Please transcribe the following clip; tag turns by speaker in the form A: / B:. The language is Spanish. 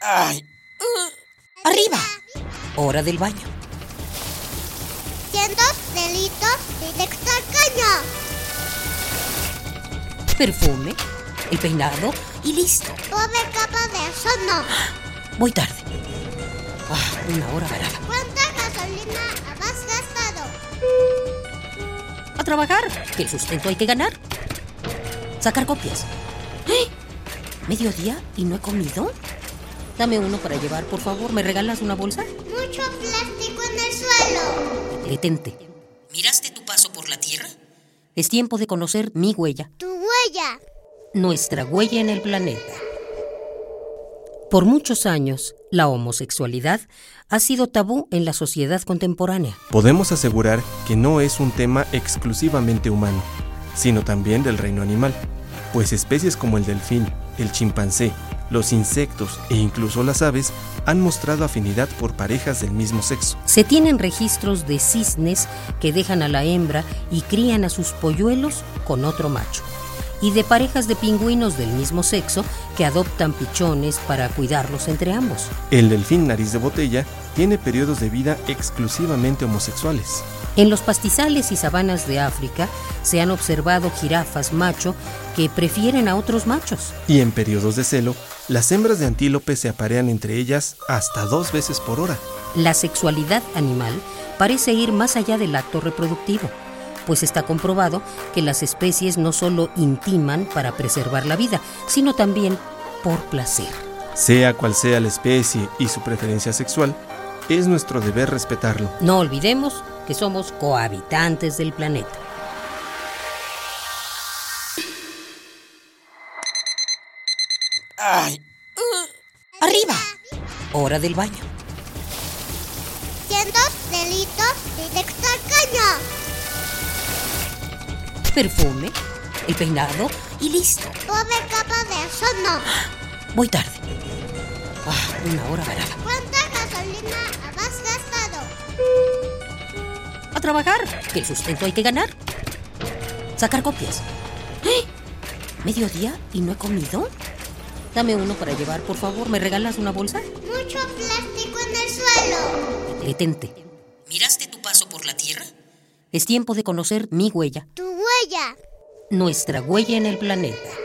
A: Ay.
B: Arriba. Hora del baño.
C: Cientos delitos directo al caño.
B: Perfume, el peinado y listo.
C: Pobre capa de ozono.
B: Voy tarde. Ah, una hora varada.
C: ¿Cuánta gasolina has gastado?
B: A trabajar, que el sustento hay que ganar. Sacar copias. ¡Eh! ¿Mediodía y no he comido? Dame uno para llevar, por favor. ¿Me regalas una bolsa?
C: Mucho plástico en el suelo.
B: Detente. ¿Miraste tu paso por la Tierra? Es tiempo de conocer mi huella,
C: Tu huella.
B: nuestra huella en el planeta. Por muchos años, la homosexualidad ha sido tabú en la sociedad contemporánea.
A: Podemos asegurar que no es un tema exclusivamente humano, sino también del reino animal, pues especies como el delfín, el chimpancé, los insectos e incluso las aves han mostrado afinidad por parejas del mismo sexo.
B: Se tienen registros de cisnes que dejan a la hembra y crían a sus polluelos con otro macho, y de parejas de pingüinos del mismo sexo que adoptan pichones para cuidarlos entre ambos.
A: El delfín nariz de botella tiene periodos de vida exclusivamente homosexuales.
B: En los pastizales y sabanas de África se han observado jirafas macho que prefieren a otros machos.
A: Y en periodos de celo, las hembras de antílope se aparean entre ellas hasta dos veces por hora.
B: La sexualidad animal parece ir más allá del acto reproductivo, pues está comprobado que las especies no solo intiman para preservar la vida, sino también por placer.
A: Sea cual sea la especie y su preferencia sexual, es nuestro deber respetarlo.
B: No olvidemos que somos cohabitantes del planeta.
C: Uh.
B: Arriba. Hora del baño.
C: Cientos delitos directo al caño.
B: Perfume, el peinado y listo.
C: Pobre capa de ozono.
B: Voy tarde. Ah, una hora varada.
C: ¿Cuánta gasolina has gastado?
B: A trabajar, que el sustento hay que ganar. Sacar copias. ¡Eh! ¿Mediodía y no he comido? Dame uno para llevar, por favor. ¿Me regalas una bolsa?
C: Mucho plástico en el suelo.
B: Detente. ¿Miraste tu paso por la Tierra? Es tiempo de conocer mi huella,
C: Tu huella.
B: nuestra huella en el planeta.